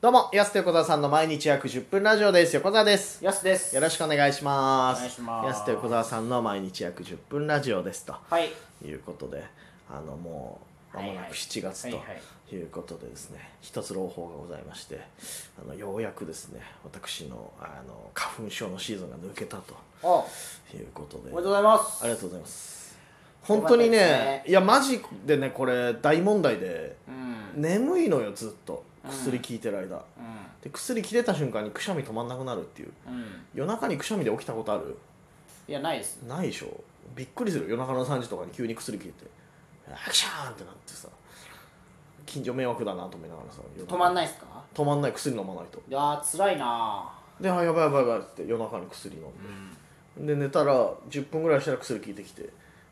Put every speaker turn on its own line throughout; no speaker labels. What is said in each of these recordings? どうも、やすと横澤さんの毎日約10分ラジオです。横澤です。
やすです
よろしくお願いします。
お願いします
やすと横澤さんの毎日約10分ラジオです。と
はい
いうことで、あの、もう、まもな
はいは
く
い
7月
はいは
ということでですね、一つ朗報がございまして、あの、ようやくですね、私の、あの、花粉症のシーズンが抜けたと
あお
いうことで
めでとうございます
ありがとうございます本当にね
よかったですね
いやマジでねこれ大問題で
うん
眠いのよずっと薬効いてる間、
うん
で薬切れた瞬間にくしゃみ止まんなくなるっていう
うん
夜中にくしゃみで起きたことある
いやないです
ないでしょびっくりする夜中の3時とかに急に薬切れてアクシャーンってなってさ近所迷惑だなと思いながらさ
止まん
ない
ないですか
止まんない薬飲まないと
いやー辛いな
であやばいやばいやばいって夜中に薬飲んで、で寝たら10分ぐらいしたら薬効いてきて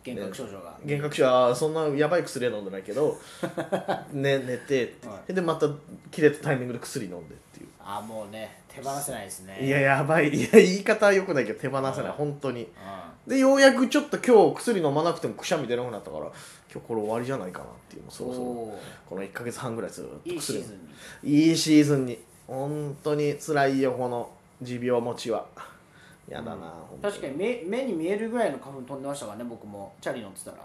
幻覚症状が
幻覚症はそんなやばい薬は飲んでないけど、 ね、寝てって、
は
でまた切れたタイミングで薬飲んでっていう、
あーもうね手放せないですね
いややばいいや言い方はよくないけど手放せない
はい
本当に
う
でようやくちょっと今日薬飲まなくてもくしゃみ出なくなったから今日これ終わりじゃないかなっていうもうそ
ん
ろそろ
おー
この1か月半ぐらいずっと薬
いいシーズンに
いいシーズンに本当に辛いよこの持病持ちはやだな、本当
確かに目目に見えるぐらいの花粉飛んでましたからね僕もチャリ乗ってたら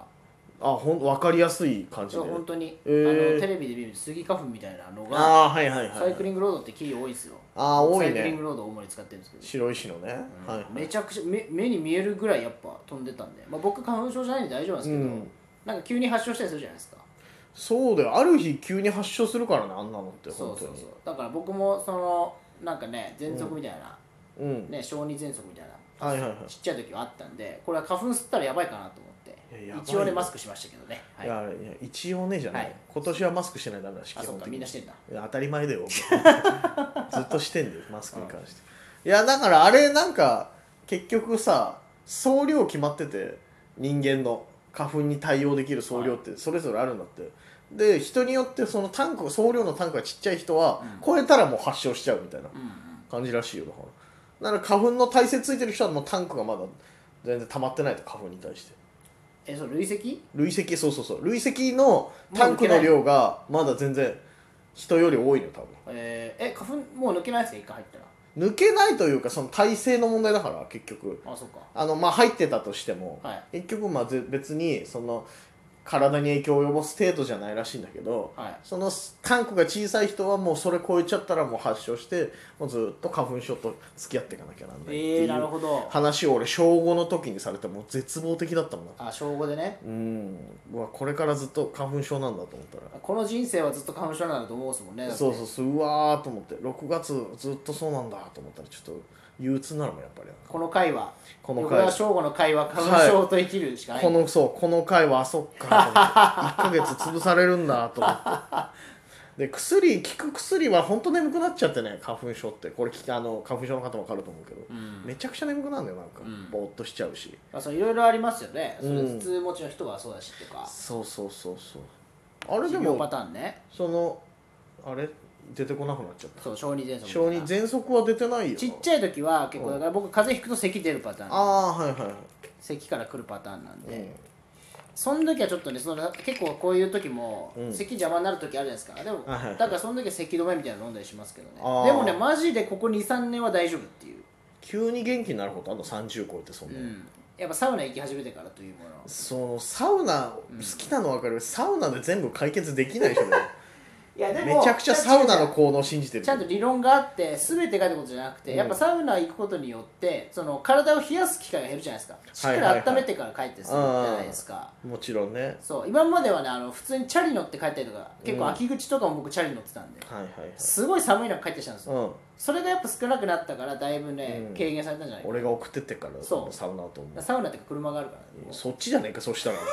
あほん分かりやすい感じ
そう
で
本当に、
えー
あのテレビで見るスギ花粉みたいなのが
ああーはいはいはい、
サイク
はい、
リングロードって木多いんですよ
あー多いね
サイクリングロードを主に使ってるんですけど
白石のね、はいはい
めちゃくちゃ目目に見えるぐらいやっぱ飛んでたんで、まあ、僕花粉症じゃないんで大丈夫なんですけど、
うん
なんか急に発症したりするじゃないですか
そうだよある日急に発症するからねあんなのって
そ
本
う
当
そう
に
そうだから僕もそのなんかね喘息みたいな、
うん
ね小児喘息みたいな
はいはいはい
ちっちゃい時はあったんでこれは花粉吸ったらやばいかなと思っ
い
て
ややばいよ
一応ねマスクしましたけどね、はい
いやいや一応ねじゃない、
はい
今年はマスクしてないだめだし
あそっかみんなしてんだ
いや当たり前だ よずっとしてんだよマスクに関して、いやだからあれなんか結局さ総量決まってて人間の花粉に対応できる総量ってそれぞれあるんだって、で人によってそのタンク総量のタンクがちっちゃい人は
うん
超えたらもう発症しちゃうみたいな
うんうん
感じらしいよだからだから花粉の耐性ついてる人はもうタンクがまだ全然溜まってないと花粉に対して
えそう累積
累積そうそうそう累積のタンクの量がまだ全然人より多いのよ多分
えーえ花粉もう抜けないですか一回入ったら
抜けないというかその耐性の問題だから結局
あそっか
あのまあ入ってたとしても、
はい
結局まあぜ別にその体に影響を及ぼす程度じゃないらしいんだけど、
はい
そのタンクが小さい人はもうそれ超えちゃったらもう発症してもうずっと花粉症と付き合っていかなきゃなんないって
え
い
ー、なる
う
ほど
話を俺小5の時にされてもう絶望的だったもんな
あ小5でね
うんうわこれからずっと花粉症なんだと思ったら
この人生はずっと花粉症なんだと思うんですもんねだって
そうそうそううわーと思って6月ずっとそうなんだと思ったらちょっと憂鬱になるもんやっぱり
この回は
この回
横田翔吾の回は花粉症と生きるしかない、
このそうこの回はあそっかと思って1 ヶ月潰されるんだと思ってで薬効く薬は本当眠くなっちゃってね花粉症ってこれ聞きあの花粉症の方も分かると思うけど、
うん
めちゃくちゃ眠くなるんだよなんか、
うん
ぼーっとしちゃうし
まあ、そのいろいろありますよね、それ
うん
頭痛持ちの人はそうだしとか
そうそうそうそうあれで
持病パ
も
ターンね
そのあれ出てこなくなっちゃった
そう小児喘息みたい
小
な
児喘息は出てないよ
ちっちゃい時は結構だから僕風邪ひくと咳出るパターン
ああーはいはいはい
咳から来るパターンなんで、
うん
その時はちょっとねその結構こういう時も、
うん
咳邪魔になる時あるじゃないですかでも、
はいはい
だからその時は咳止めみたいなの飲んだりしますけどね
あー
でもねマジでここ23年は大丈夫っていう、
急に元気になることあんの30超えてそん
う
な、
ん、やっぱサウナ行き始めてからというもの
そのサウナ好きなの分かる、サウナで全部解決できないでしょ
いやでも
めちゃくちゃサウナの効能を信じてる
ちゃんと理論があって全てがってことじゃなくて、
うん
やっぱサウナ行くことによってその体を冷やす機会が減るじゃないですかし
はい
っ
はいはい
かり温めてから帰ってするじゃないですか、
もちろんね
そう今まではねあの普通にチャリ乗って帰ったりとか結構秋口とかも僕チャリ乗ってたんで、
はいはいはい
すごい寒い中帰ってきたんですよ、
うん、
それがやっぱ少なくなったからだいぶね、
うん
軽減されたんじゃないかな
俺が送ってってから
そう
サウナと思
だからサウナって車があるから、ね
うそっちじゃねえかそしたら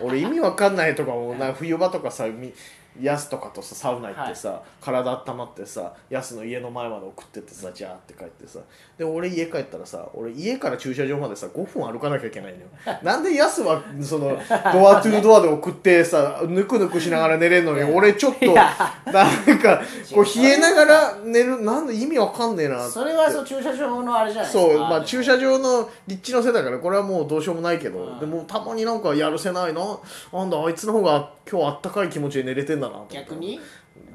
俺意味わかんないとかもなんか冬場とかさみヤスとかとさサウナ行ってさ、体温まってさヤスの家の前まで送ってってさじゃーって帰ってさで俺家帰ったらさ俺家から駐車場までさ5分歩かなきゃいけないのよ なんでヤスはそのドアトゥードアで送ってさぬくぬくしながら寝れるのに俺ちょっと
いや
なんかこう冷えながら寝るなんで意味わかんねえなって
それはそう駐車場のあれじゃないですか
そうまあ
で
駐車場の立地のせいだからこれはもうどうしようもないけど、
うん
でもたまになんかやるせないななんだあいつの方が今日あったかい気持ちで寝れてんだなと思って
逆に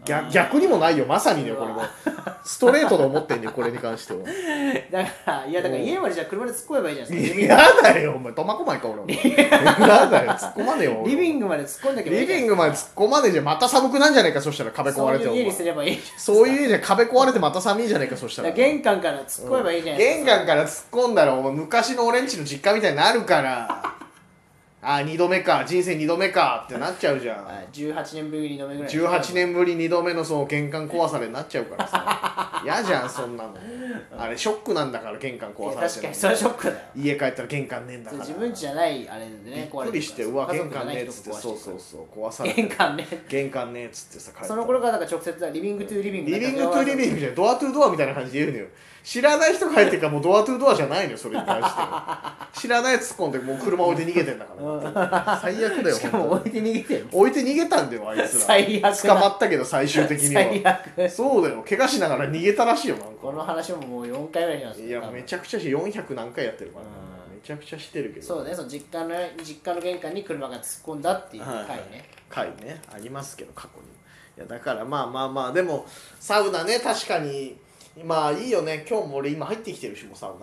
逆逆にもないよまさにねこれもストレートで思ってん ねこれに関しては
だからいやだから家までじゃあ車で突っ込めばいいじゃないですか
嫌だよお前苫小牧か俺お前嫌だよ突っ込まねえよ
リビ
グ
ングまで突っ込んだけばい
リ
いじ
ビ
ゃない
ン
で
グまで突っ込まねえじゃんまた寒くなんじゃねえかそしたら壁
すか
壊れて
そういう家
お
に
前
すればいいじゃないですか
そういう家じゃ壁壊れてまた寒いじゃねえかそした
だからら玄関から突っ込めばいいじゃないです
玄関から突っ込んだらお前昔の俺んちの実家みたいになるから ああ2度目か人生2度目かってなっちゃうじゃ
か、
ん
はい18年ぶりに飲めぐらい
18年ぶり2度目のその玄関壊されになっちゃうから さ嫌じゃんそんなのあれショックなんだから玄関
いや
壊されて
確かにそれはショックだよ
家帰ったら玄関ねえんだから
自分ちじゃないあれでね
びっくりしてうわ玄関ねえっつって
そ
そうう
そ
そううそう壊され
玄
て
関ね
玄関ねえっつってさ帰った
その頃からだから直接だリビングトゥーリビング
リビングトゥリビングじゃないドアトゥドアみたいな感じで言うのよ知らない人帰ってるからもうドアトゥドアじゃないのよそれに関して は知らないやつ突っ込んでもう車置いて逃げてんだから最悪だよ
しかも
本
置いて逃げてる
当に置いて逃げたんだよあいつら
最悪
捕ま
だ
ったけど最終的には
最悪
そうだよ怪我しながら逃げたらしいよなん
こ
か
の話ももう4回ぐらいしました
いやめちゃくちゃし400何回やってるからな
うん
めちゃくちゃしてるけど
そうねその実家の実家の玄関に車が突っ込んだっていう回ね、
はい回ねありますけど過去にいやだからまあまあまあでもサウナね確かにまあいいよね今日も俺今入ってきてるしもうサウ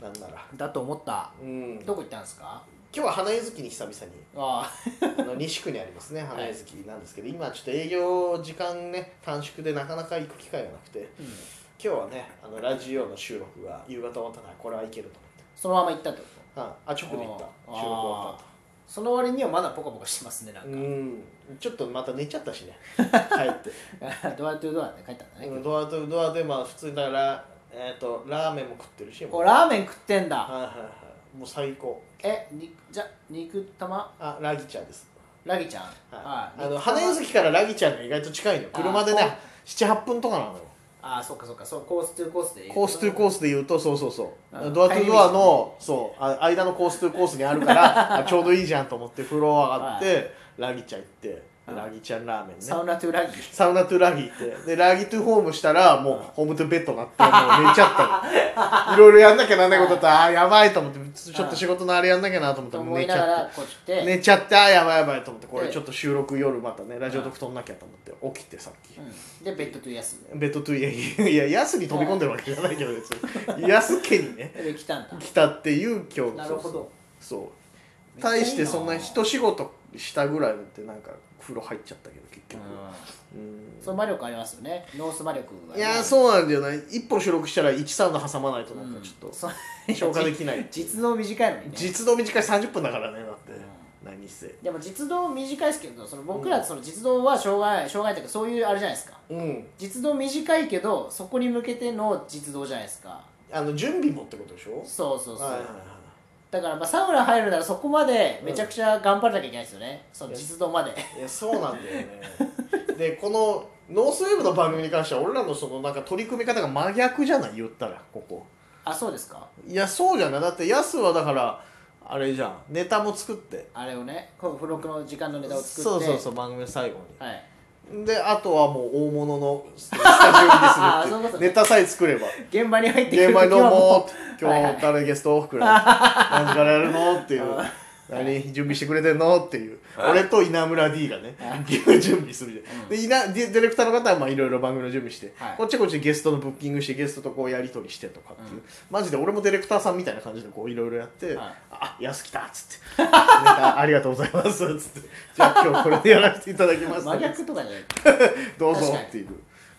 ナなんなら
だと思った
うん今
どこ行ったんですか
日は花江月に久々に
あ
あの西区にありますね花江月なんですけど、今ちょっと営業時間ね短縮でなかなか行く機会がなくて
あ、うん
今日はねあのラジオの収録が夕方終わったからこれはいけると
そのまま行ったってこと
思って、はい、あ直で行った
あー
収録終わったと
その割にはまだポカポカしてますねなんか、
うんちょっとまた寝ちゃったしね帰って
ドアトゥドアで帰ったんだね、
うんドアとドアでまあ普通にだから、えー、とラーメンも食ってるしも
お
う
ラーメン食ってんだ
はいはいはいもう最高
えにじゃ肉玉
あラギちゃんです、
ラギちゃん
はい、あの花柚月からラギちゃんが意外と近いのよ
あー
車でね78分とかなのよ
ああそっかそっかそうコース2コースで
コース2コースで言うとそうそうそう
あ
ドアとドアのそうあ間のコース2コースにあるからあちょうどいいじゃんと思って風呂上がって、ラギちゃん行って
うん
ラギちゃんラーメンね
サウナトゥラギ
サウナトゥラギ行ってでラギトゥホームしたらもうホームトゥベッドになってもう寝ちゃったのいろいろやんなきゃなんないことだったらあーやばいと思ってちょっと仕事のあれやんなきゃなと思って
と
もう
思
寝
い
ち
なが
ゃっ
らこう来
て
て、
寝ちゃってあーやばいやばいと思ってこれ
で
ちょっと収録夜またねラジオドク撮んなきゃと思って起きてさっき
うん、でベッドトゥ休んで
ベッドトゥいやいやいや安に飛び込んでるわけじゃないけど別に安家にね
で来たんだ
来たっていう今日の
なるほど
そう対してそんな一仕事したぐらいでなんか風呂入っちゃったけど結局うん
その魔力ありますよねノース魔力がね、
いやーそうなんじゃない一本収録したら1サウナ挟まないとなんかちょっと
そう
消化できない
実動短いのにね
実動短い30分だからねだって
うん
何せ
でも実動短いですけどその僕らその実動は障害障害というかそういうあれじゃないですか
うん
実動短いけどそこに向けての実動じゃないですか
あの準備もってことでしょ
そうそうそう、
はいはい
だからまあサウナ入るならそこまでめちゃくちゃ頑張らなきゃいけないですよね、その実動まで
はいいやそうなんだよねでこのノースウェーブの番組に関しては俺らのそのなんか取り組み方が真逆じゃない言ったらここ
あそうですか
いやそうじゃないだってヤスはだからあれじゃんネタも作って
あれをねこの付録の時間のネタを作って
そうそうそう番組の最後に
はい
であとはもう大物のスタ ジオ 入りするっていうネタさえ作れば
現場に入ってく
現
る
場にど
時
う
はも
も
う
今日誰ゲストくらい何時からやるのっていう何準備してくれてんのっていう俺と稲村 D がね準備するじゃんで稲ディディレクターの方はまあいろいろ番組の準備して、
はい
こっちはこっちでゲストのブッキングしてゲストとこうやり取りしてとかっていう、マジで俺もディレクターさんみたいな感じでこういろいろやって「
はい
あ安来た」っつって「 ネタありがとうございます」っつって「じゃあ今日これでやらせていただきます」
真逆とかじゃない
どうぞっていう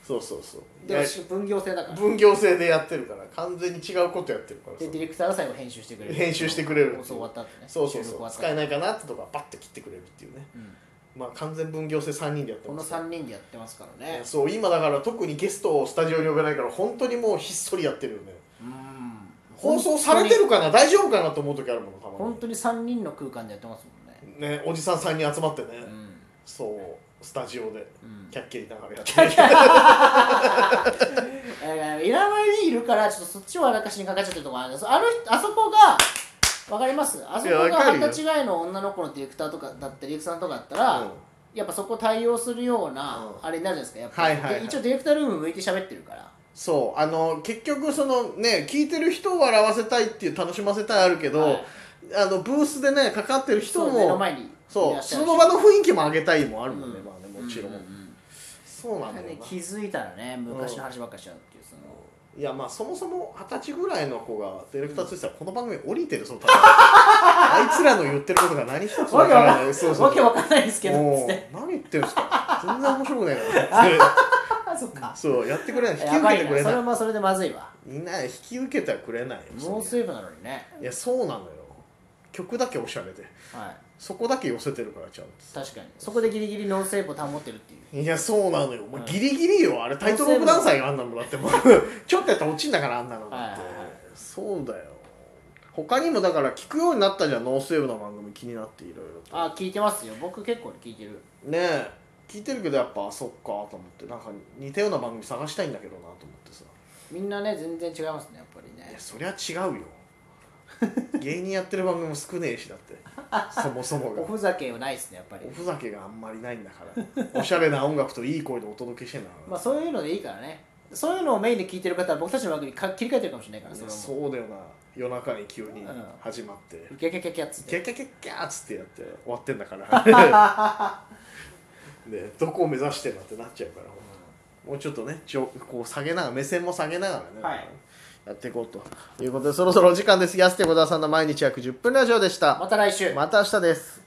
そうそうそう
で
いや
私分業制だから
分業制でやってるから完全に違うことやってるから
で
さ
ディレクターが最後編集してくれる
編集してくれる
放送終わったってね
そうそう
収
そ
録
う
終
使
わ
え
った
ないかなってとかバッて切ってくれるっていうね
うん
まあ完全分業制3人でやって
こ
ま
の
すから
3人でやってますからね
そう今だから特にゲストをスタジオに呼べないから本当にもうひっそりやってるよね
うん
放送されてるかな大丈夫かなと思う時あるものたま
本当に3人の空間でやってますもんね
にねおじさん3人集まってね
うん
そうスタジオで
うん
キャッキャ言いながらやってる
えーいらないにいるからちょっとそっちをあらかしにかかっちゃってるとこあるんですあの人あそこがわかりますあそこ
いやわ
が
かるよ
二十歳違いの女の子のディレクターとかだったりディレクターさんとかだったら、
うん
やっぱそこ対応するような、
うん
あれになるじゃないですかやっぱ、
はいはいはい
で一応ディレクタールーム向いて喋ってるから
そうあの結局そのね聞いてる人を笑わせたいっていう楽しませたいあるけど、
はい
あのブースでねかかってる人
そう目の
も
前にいらっしゃ
そう
るし
その場の雰囲気も上げたいもあるもんね、
うん
まあねもちろん、
うううん
そうなんだよな、
ね気づいたらね昔の話ばっかりしちゃうっていうその、
いやまあそもそも二十歳ぐらいの子がディレクターとしてはこの番組降りてるそう あいつらの言ってることが何一つわ
わ
か
けわ
ら
か
なんいそうそう
わけわかんないですけどつ
も
っ
う
て
何言ってるんですか全然面白くないなって
あそっか
そうやってくれない引き
や
受
ば
け
い
てく
な
れ
そ
な
れ
い
もそれでまずいわ
みんな引き受けてはくれないよ
ノー
そ
セ
り
ーブなのにね
ゃいやそうなのよ曲だけおしゃれで
はい
そこだけ寄せてるからちゃん
確かにそこでギリギリノーセーブを保ってるっていう
といやそうなのよもう
はい
ギリギリよあれタイトルオブダンサーがあんなのだってもうちょっとやったら落ちんだからあんなのだって
はいはいはい
そうだよ他にもだから聞くようになったじゃんノースウェーブの番組気になっていろいろと
あ聞いてますよ僕結構聞いてる
ねえ聞いてるけどやっぱあそっかと思ってなんか似たような番組探したいんだけどなと思ってさ
みんなね全然違いますねやっぱり
い
ね
やそりゃ違う よ芸人やってる番組も少ねえしだってそもそもが
おふざけはないですねやっぱり
おふざけがあんまりないんだからおしゃれな音楽といい声でお届けしてんだから
まあそういうのでいいからねそういうのをメインで聞いてる方は僕たちの番組か切り替えてるかもしれないから
い
そ
や
れはも
そ
う
うだよな夜中に急に
うん
始まって、
キャキャキャキャっつっ
キャ
て
キャキャキャーっつってやって終わってんだから ねどこを目指してんだってなっちゃうから、もうちょっとねちょこう下げながら目線も下げながらね、
はい
やっていこうということでそろそろお時間です安手小沢さんの毎日約10分ラジオでした
また来週
また明日です